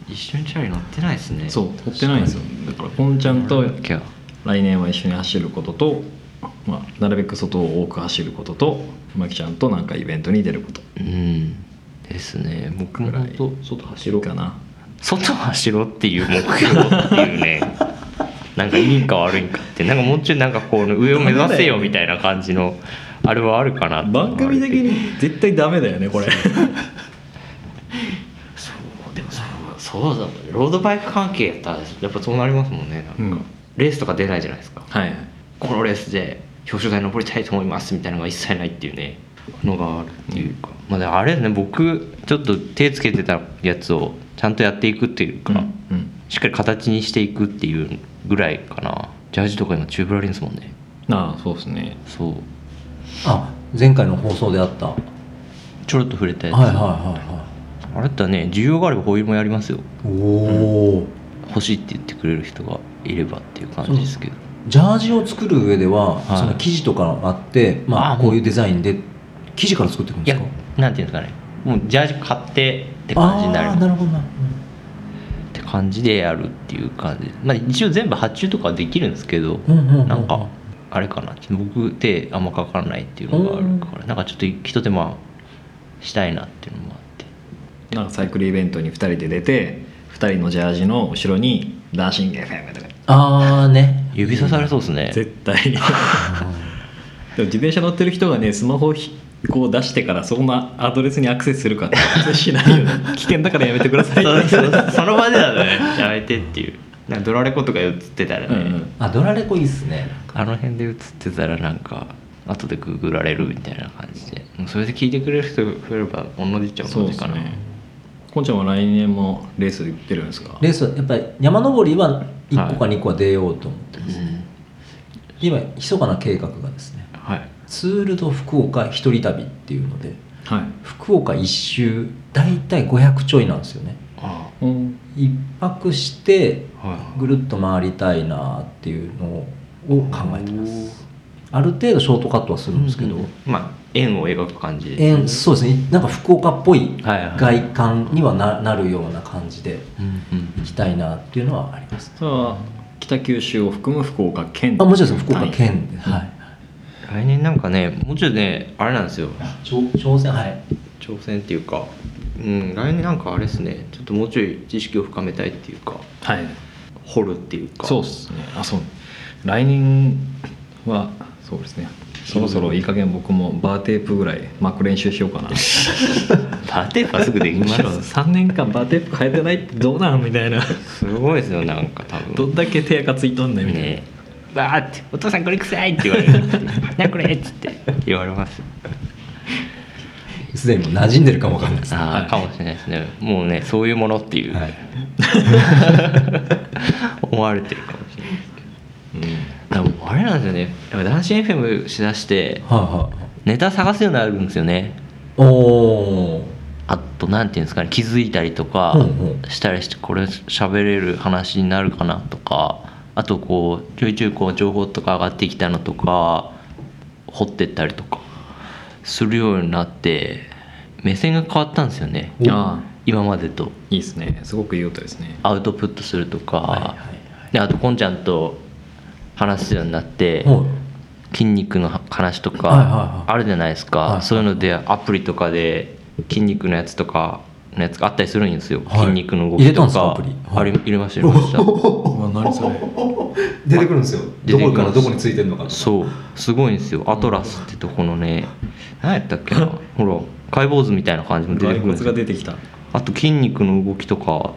一緒にチャリ乗ってないですね
そう乗ってないんですよだからポンちゃんと
キャ
来年は一緒に走ることと、まあ、なるべく外を多く走ることとまきちゃんとなんかイベントに出ること
うんですね僕も
ぐら
本
い
当外走
走
ろ
ろ
う
うかな
外走ろうっていう目標っていう ねなんかいいんか悪いんかってなんかもうちょいなんかこう上を目指せよみたいな感じのあれはあるかなって
番組的に絶対ダメだよねこれ
そうでもそうそうだロードバイク関係やったらやっぱそうなりますもんねなんか、
うん
レースとか出ないじゃないですか
はい
このレースで表彰台登りたいと思いますみたいなのが一切ないっていうねのがあるっていうか、まあでもあれですね僕ちょっと手つけてたやつをちゃんとやっていくっていうか、
うん
しっかり形にしていくっていうぐらいかなジャージとか今チューブラリンですもんね
ああそうですね
そう
あ前回の放送であったは
ちょろっと触れた
い
やつ、
はいはいは
あれだったらね需要があればホイールもやりますよ
おお、
欲しいって言ってくれる人がいればっていう感じですけど
ジャージを作る上では、
はい
その生地とかあって、まあ、
あ
こういうデザインで生地から作っていくん
い
で
や
すか
なんていうんですかねもうジャージ買ってって
あ
感じにな
あ
る
ーなるほどな、
って感じでやるっていう感じまあ一応全部発注とかはできるんですけど
うんうんうんうん
なんかあれかなちょっと僕手あんまかからないっていうのがあるからなんかちょっとひと手間したいなっていうのもあって
なんかサイクルイベントに2人で出て2人のジャージの後ろに「ダンシング FM」とか
ああね
指さされそうですね
絶対に でも自転車乗ってる人がねスマホをひこう出してからそんなアドレスにアクセスするかってアクセスしないよね危険だからやめてく ださい
そうそうその場でだとねやめてっていうなんかドラレコとか映ってたらね、
うんうん
あドラレコいいっすね
あの辺で映ってたらなんか後でググられるみたいな感じでもうそれで聞いてくれる人が増えれば同じっちゃ
そう
同
で
じ
す
かな、
ねこんちゃんは来年もレース行ってるんですか
レースはやっぱり山登りは1個か2個は出ようと思ってます、今密かな計画がですね
はい
ツールと福岡一人旅っていうので
はい
福岡一周大体500ちょいなんですよね
あ
うん
一泊して
あは
ぐるっと回りたいなっていうのを考えてますある程度ショートカットはするんですけど、
まあ円を描く感じ
えんそうですねなんか福岡っぽい
いはいはい
外観にはななるような感じで
うんうん
行きたいなっていうのはあります
さあ北九州を含む福岡県
あもちろんです福岡
単
県で、はい
来年なんかねもうちょいねあれなんですよ
挑挑戦はい
挑戦っていうかうん来年なんかあれですねちょっともうちょい知識を深めたいっていうか
位はい
掘るっていうか
そうですねあそう来年はそうですねそろそろいい加減僕もバーテープぐらい巻く練習しようかな
バーテープはすぐでき
む
ます
し ろ3年間バーテープ変えてないってどうなんみたいな
すごいですよなんか多
ど
分
んだけ手垢ついとんねんみたいな、
ねわーって「お父さんこれ臭い!」って言われる 「なこれ!」っつって言われます
すでにもう馴染んでるかもわかんないです
あ
は
あ
い
かもしれないですねもうねそういうものっていう、
はい
思われてるかもしれないですけどだからあれなんですよねだから男子 FM しだして
はいはい
ネタ探すようになるんですよね
おお
あとなんていうんですかね気づいたりとか
うんうん
したりしてこれ喋れる話になるかなとかあとこうちょいちょいこう情報とか上がってきたのとか掘ってったりとかするようになって目線が変わったんですよね
うん
ああ
今までと
いいですねすごくいい音ですね
アウトプットするとか、
はいはいはい
であとこんちゃんと話すようになって、
はい
筋肉の話と
はいはいはい
かあるじゃないですか、
はいはい
そういうのでアプリとかで筋肉のやつとかのやつがあったりするんですよ、
はい
筋肉の動き
入れ
とか
たんですかアプリ
あり入れました入れ ました
うわ何それ
出てくるんですよ
出てきます
ついてるのかとか
そうすごいんですよアトラスってとこのね何やったっけなほら解剖図みたいな感じも出て
骸
くるん
骨
です
が出
よ
てきた
あと筋肉の動きとか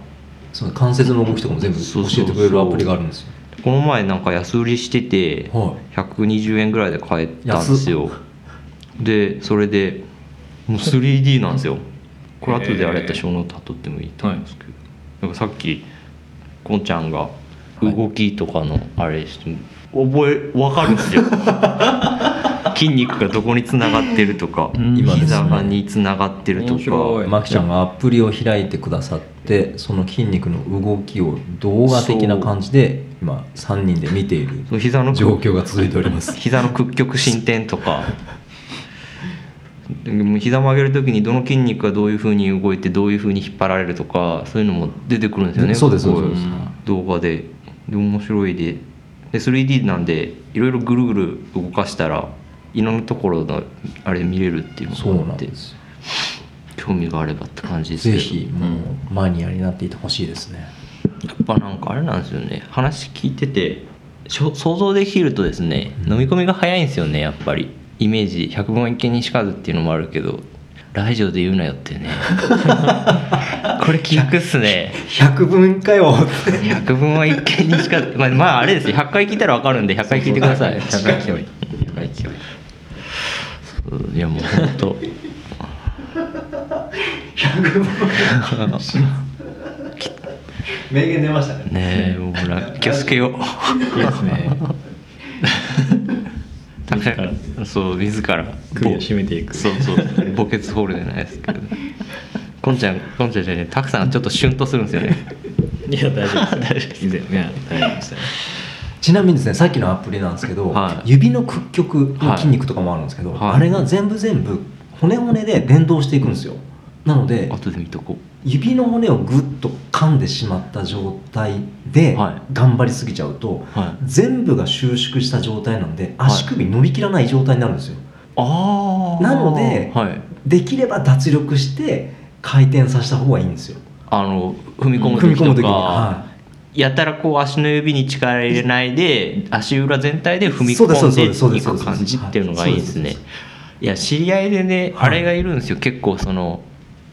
その関節の動きとかも全部教
そうそうそう
えてくれるアプリがあるんですよ
この前なんか安売りしてて、
は
120円ぐらいで買えたんですよでそれでもう 3D なん ですよこれ後であれやったら小ノート貼っとってもいいと思うんですけど、なんかさっきこんちゃんが動きとかのあれして、覚えわかるん ですよ筋肉がどこにつながってるとか、
今ですね
膝がにつながってると
面白
か
い
マキちゃんがアプリを開いてくださってその筋肉の動きを動画的な感じで今3人で見ている
その膝の
状況が続いております
膝の屈曲伸展とかでも膝曲げる時にどの筋肉がどういうふうに動いてどういうふうに引っ張られるとかそういうのも出てくるんですよね
そうです
こ
そうです
動画でで面白いでで 3D なんでいろいろぐるぐる動かしたらいろんなところのあれ見れるっていう
そう
のが
な
あ
ん
って
ですよ
興味があればって感じですけ
ぜ
ど
ひもうマニアになっていてほしいですね
やっぱなんかあれなんですよね話聞いててしょ想像できるとですね飲み込みが早いんですよねやっぱりイメージ百聞は一見にしかずっていうのもあるけどラジオで言うなよってね これ聞くっすね
100分かよって
百聞は一見にしかずまあ、まあ、あれですよ100回聞いたら分かるんで100回聞いてください
100回聞けばいい
100回聞けばいいそういやもう本当
名言出ましたね
ねえもうほら気をつけよう
いいですね
そう自ら
首を絞めていく
そうそう墓穴掘るじゃないですけどこんちゃんこんちゃんじゃねえたくさんちょっとシュンとするんですよね
いや大丈夫です。以前ね大丈夫です。
ちなみにですねさっきのアプリなんですけど、
は
指の屈曲の筋肉とかもあるんですけど、
はい
あれが全部全部骨骨で連動していくんですよなので
後で見とこ
指の骨をぐっと噛んでしまった状態で
は
頑張りすぎちゃうと、
うはい
全部が収縮した状態なんで
はい
足首伸びきらない状態になるんですよ、
ああ
なので
はい
できれば脱力して回転させた方がいいんですよ
あの踏み込む
踏み
時
込む時
と
に、
か
は
やたらこう足の指に力入れないで足裏全体で踏み
そうですそうですそ
込
うんで
でい
すそうで
く
す
感じっていうのがいいです
はい
ね
そうで
いや知り合いでね
はい
あれがいるんですよ結構その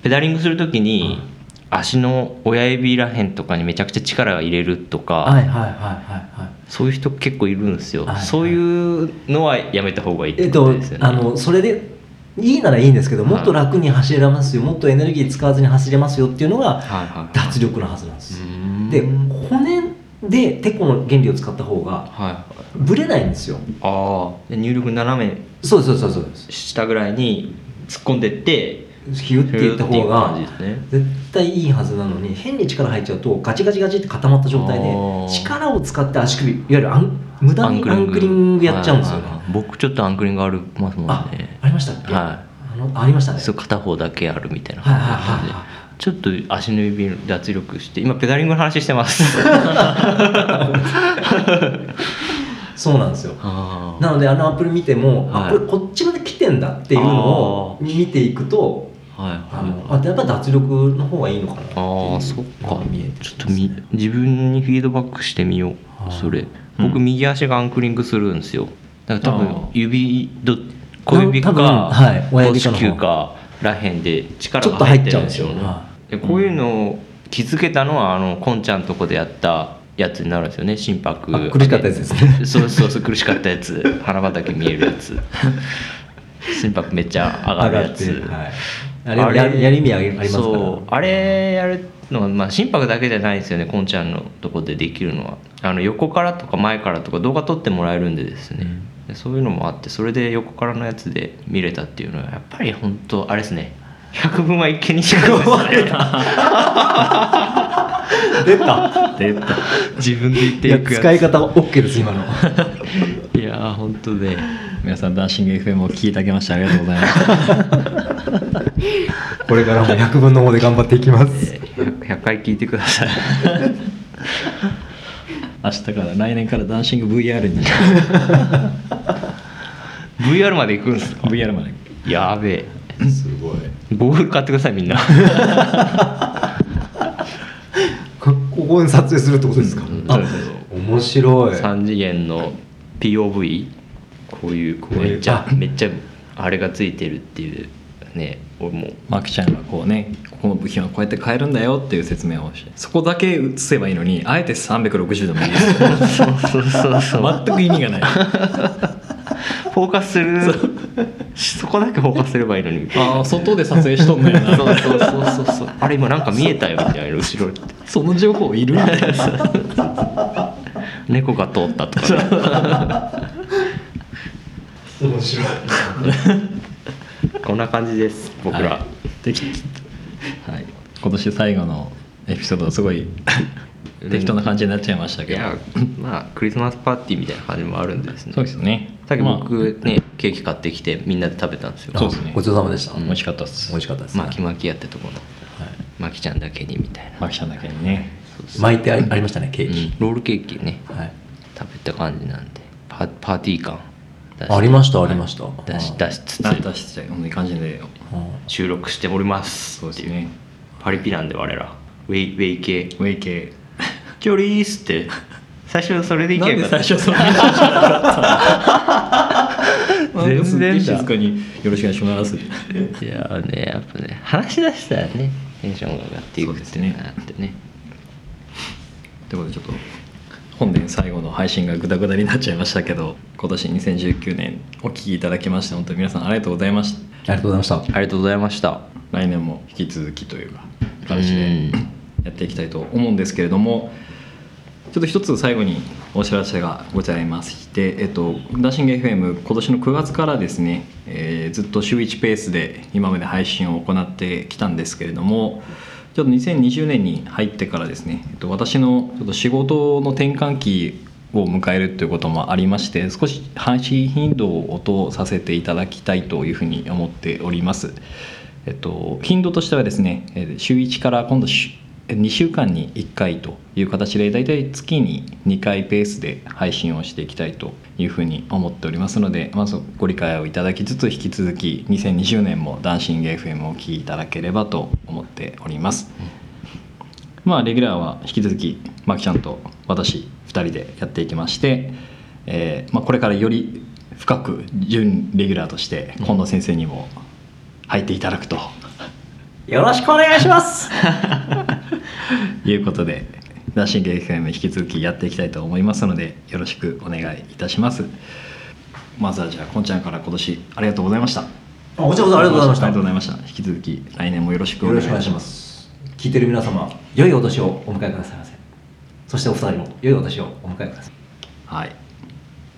ペダリングするとき
はい
に足の親指らへんとかにめちゃくちゃ力を入れるとか、
い、はいはいはいはいはい
そういう人結構いるんですよ、
はいはい
そういうのはやめた方がいいっ
え
て
っ
こととですよね、
あのそれでいいならいいんですけど
はい
もっと楽に走れますよもっとエネルギー使わずに走れますよっていうのが
はいはい
脱力のはずなんです
うーん
で骨でテコの原理を使った方が
はいあ
ブレないんですよ
あーで入力斜め
そうですそうですそうです
下ぐらいに突っ込んでって
ヒュッていった方が
ヒュッていう感じですね
絶対いいはずなのに変に力入っちゃうとガチガチガチって固まった状態
あ
で
ー
力を使って足首いわゆるアン無駄にアンクリングやっちゃうんですよね
はいはいはい僕ちょっとアンクリングありますもん
あ
ね
ありましたっけ、
は
あのありましたね
そう片方だけあるみたいな
はい
感
はい
じ
はい
で
はい
ちょっと足の指に脱力して今ペダリングの話してます
そうなんですよ
あー
なのであのアップル見ても、
はい
あこれこっちまで来てんだっていうのを
あ
見ていくと
はいはい
あのあやっぱ脱力の方がいいのかなっていう
ああそっ
の
か
が見えてます
ち
ね
ょっとみ自分にフィードバックしてみよう
はい
それ
うん
僕右足がアンクリングするんですよだから
あ
多分
ー
指ど小指
多分
か
はい親
母
指か
子
の方
球からへんで力
ちょ
が
っと
入
入
っ
ってち
る
ゃう
ん
んですす
でよ
よ
ね
は
でこういうのを気づけたのはあのこんちゃんとこでやったやつになるんですよね心拍
あ苦しかったやつですね
そうそうそう苦しかったやつ 花畑見えるやつ 心拍めっちゃ上がるやつ、
上がってはい、あれややる意味ありますから
そうあれやるのは、まあ、心拍だけじゃないんですよねこんちゃんのとこでできるのはあの横からとか前からとか動画撮ってもらえるんでですね、でそういうのもあってそれで横からのやつで見れたっていうのはやっぱり本当あれですね百分は一見にしかないですね
出た
出た。
自分で言っ
い
て
や
いくや
使い方 OK です今の
ついやー本当ね
皆さんダンシング FM を聞いていただきましてありがとうございます。
これからも100分の方で頑張っていきます
100 100回聞いてください
明日から来年からダンシング VR に
VR まで行くんですか
VR まで。
やべえ
すごい
ゴーグル買ってくださいみんな
こここに撮影するってことですか、
ん
あ面白い
3次元の POV こういうこう
こういう
めっちゃ
あ
めっちゃあれがついてるっていうね俺 も
マキちゃんがこうねここの部品はこうやって変えるんだよっていう説明をしてそこだけ映せばいいのにあえて360度もいいです
そうそうそう
全く意味がない
フォーカスするそこだけフォーカスすればいいのに
ああ外で撮影しとんのやな
そうそうそうそうそう あれ今なんか見えたよみたいな後ろって
その情報いるんだよ
猫が通ったとか、ね、
面白い
こんな感じです僕ら、
はいできはい、今年最後のエピソードはすごい適当な感じになっちゃいました
い
けど
やまあクリスマスパーティーみたいな感じもあるんでですね
そうですね
さっき
ま
僕ね、ケーキ買ってきてみんなで食べたんですよ
そうですね
ごちそうさまでした、
あ、美味しかったです
美味しかったです、ね
巻き巻きやってとこの巻きちゃんだけにみたいな
マキちゃんだけにね
巻いてありありましたねケーキ、
ロールケーキね
はい、
食べた感じなんでパパーティー感出し
ありましたありました、
出し出しつつ
あ出してほんといい感じで
うん
収録しております
そうですね
パリピなんで我らウェイウェイ系
ウェイ系
キョリースって最初それでい
な
け
ん
ば
で
よか
最
った
初 その話しなかったの
全然だ
すっげえ静かによろしくお願いします
いやーねやっぱね話し出したらねテンションが上がっていくっていうのがあってね
ということでちょっと本年最後の配信がグダグダになっちゃいましたけど今年2019年お聞きいただきまして本当に皆さんありがとうございました
ありがとうございました
ありがとうございました
来年も引き続きというか形
う
で
ん
やっていきたいと思うんですけれどもちょっと一つ最後にお知らせがございまして、えっと、ダッシング FM 今年の9月からですね、えーずっと週1ペースで今まで配信を行ってきたんですけれどもちょっと2020年に入ってからですね、えっと、私のちょっと仕事の転換期を迎えるということもありまして少し配信頻度を落とさせていただきたいというふうに思っております。えっと、頻度としてはですねえー週1から今度週2週間に1回という形で大体月に2回ペースで配信をしていきたいというふうに思っておりますのでまずご理解をいただきつつ引き続き2020年も「ダンシング FM」をお聴きいただければと思っております。まあレギュラーは引き続きマキちゃんと私2人でやっていきまして、えーまあ、これからより深く準レギュラーとして近藤先生にも入っていただくと
よろしくお願いし ます。
いうことで「ダッシング FM」引き続きやっていきたいと思いますのでよろしくお願いいたしますまずはじゃあこんちゃんから今年ありがとうございました
あこちらこそありがとうございました。
ありがとうございました引き続き来年もよろしくお
よ
願いい
ろしくお願
た
い
し
しま
ます
す。聞いてる皆様、良いお年をお迎えくださいませ。そしてお二人も良いお年をお迎えください。
はいじ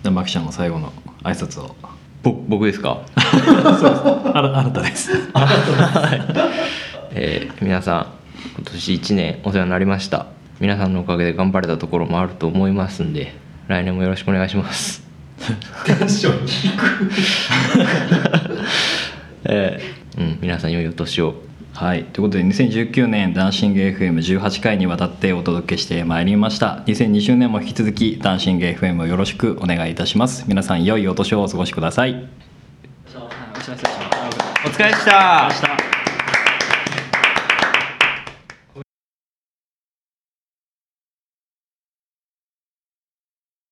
ゃあマキちゃんも最後の挨拶 を
ぼ僕ですか
あらあなたです
えー皆さん今年1年お世話になりました皆さんのおかげで頑張れたところもあると思いますんで来年もよろしくお願いします
テンション
えーうん皆さん良いお年を
はい、ということで2019年ダンシング FM18 回にわたってお届けしてまいりました2020年も引き続きダンシング FM をよろしくお願いいたします皆さん良いお年をお過ごしくださいお疲れ様でした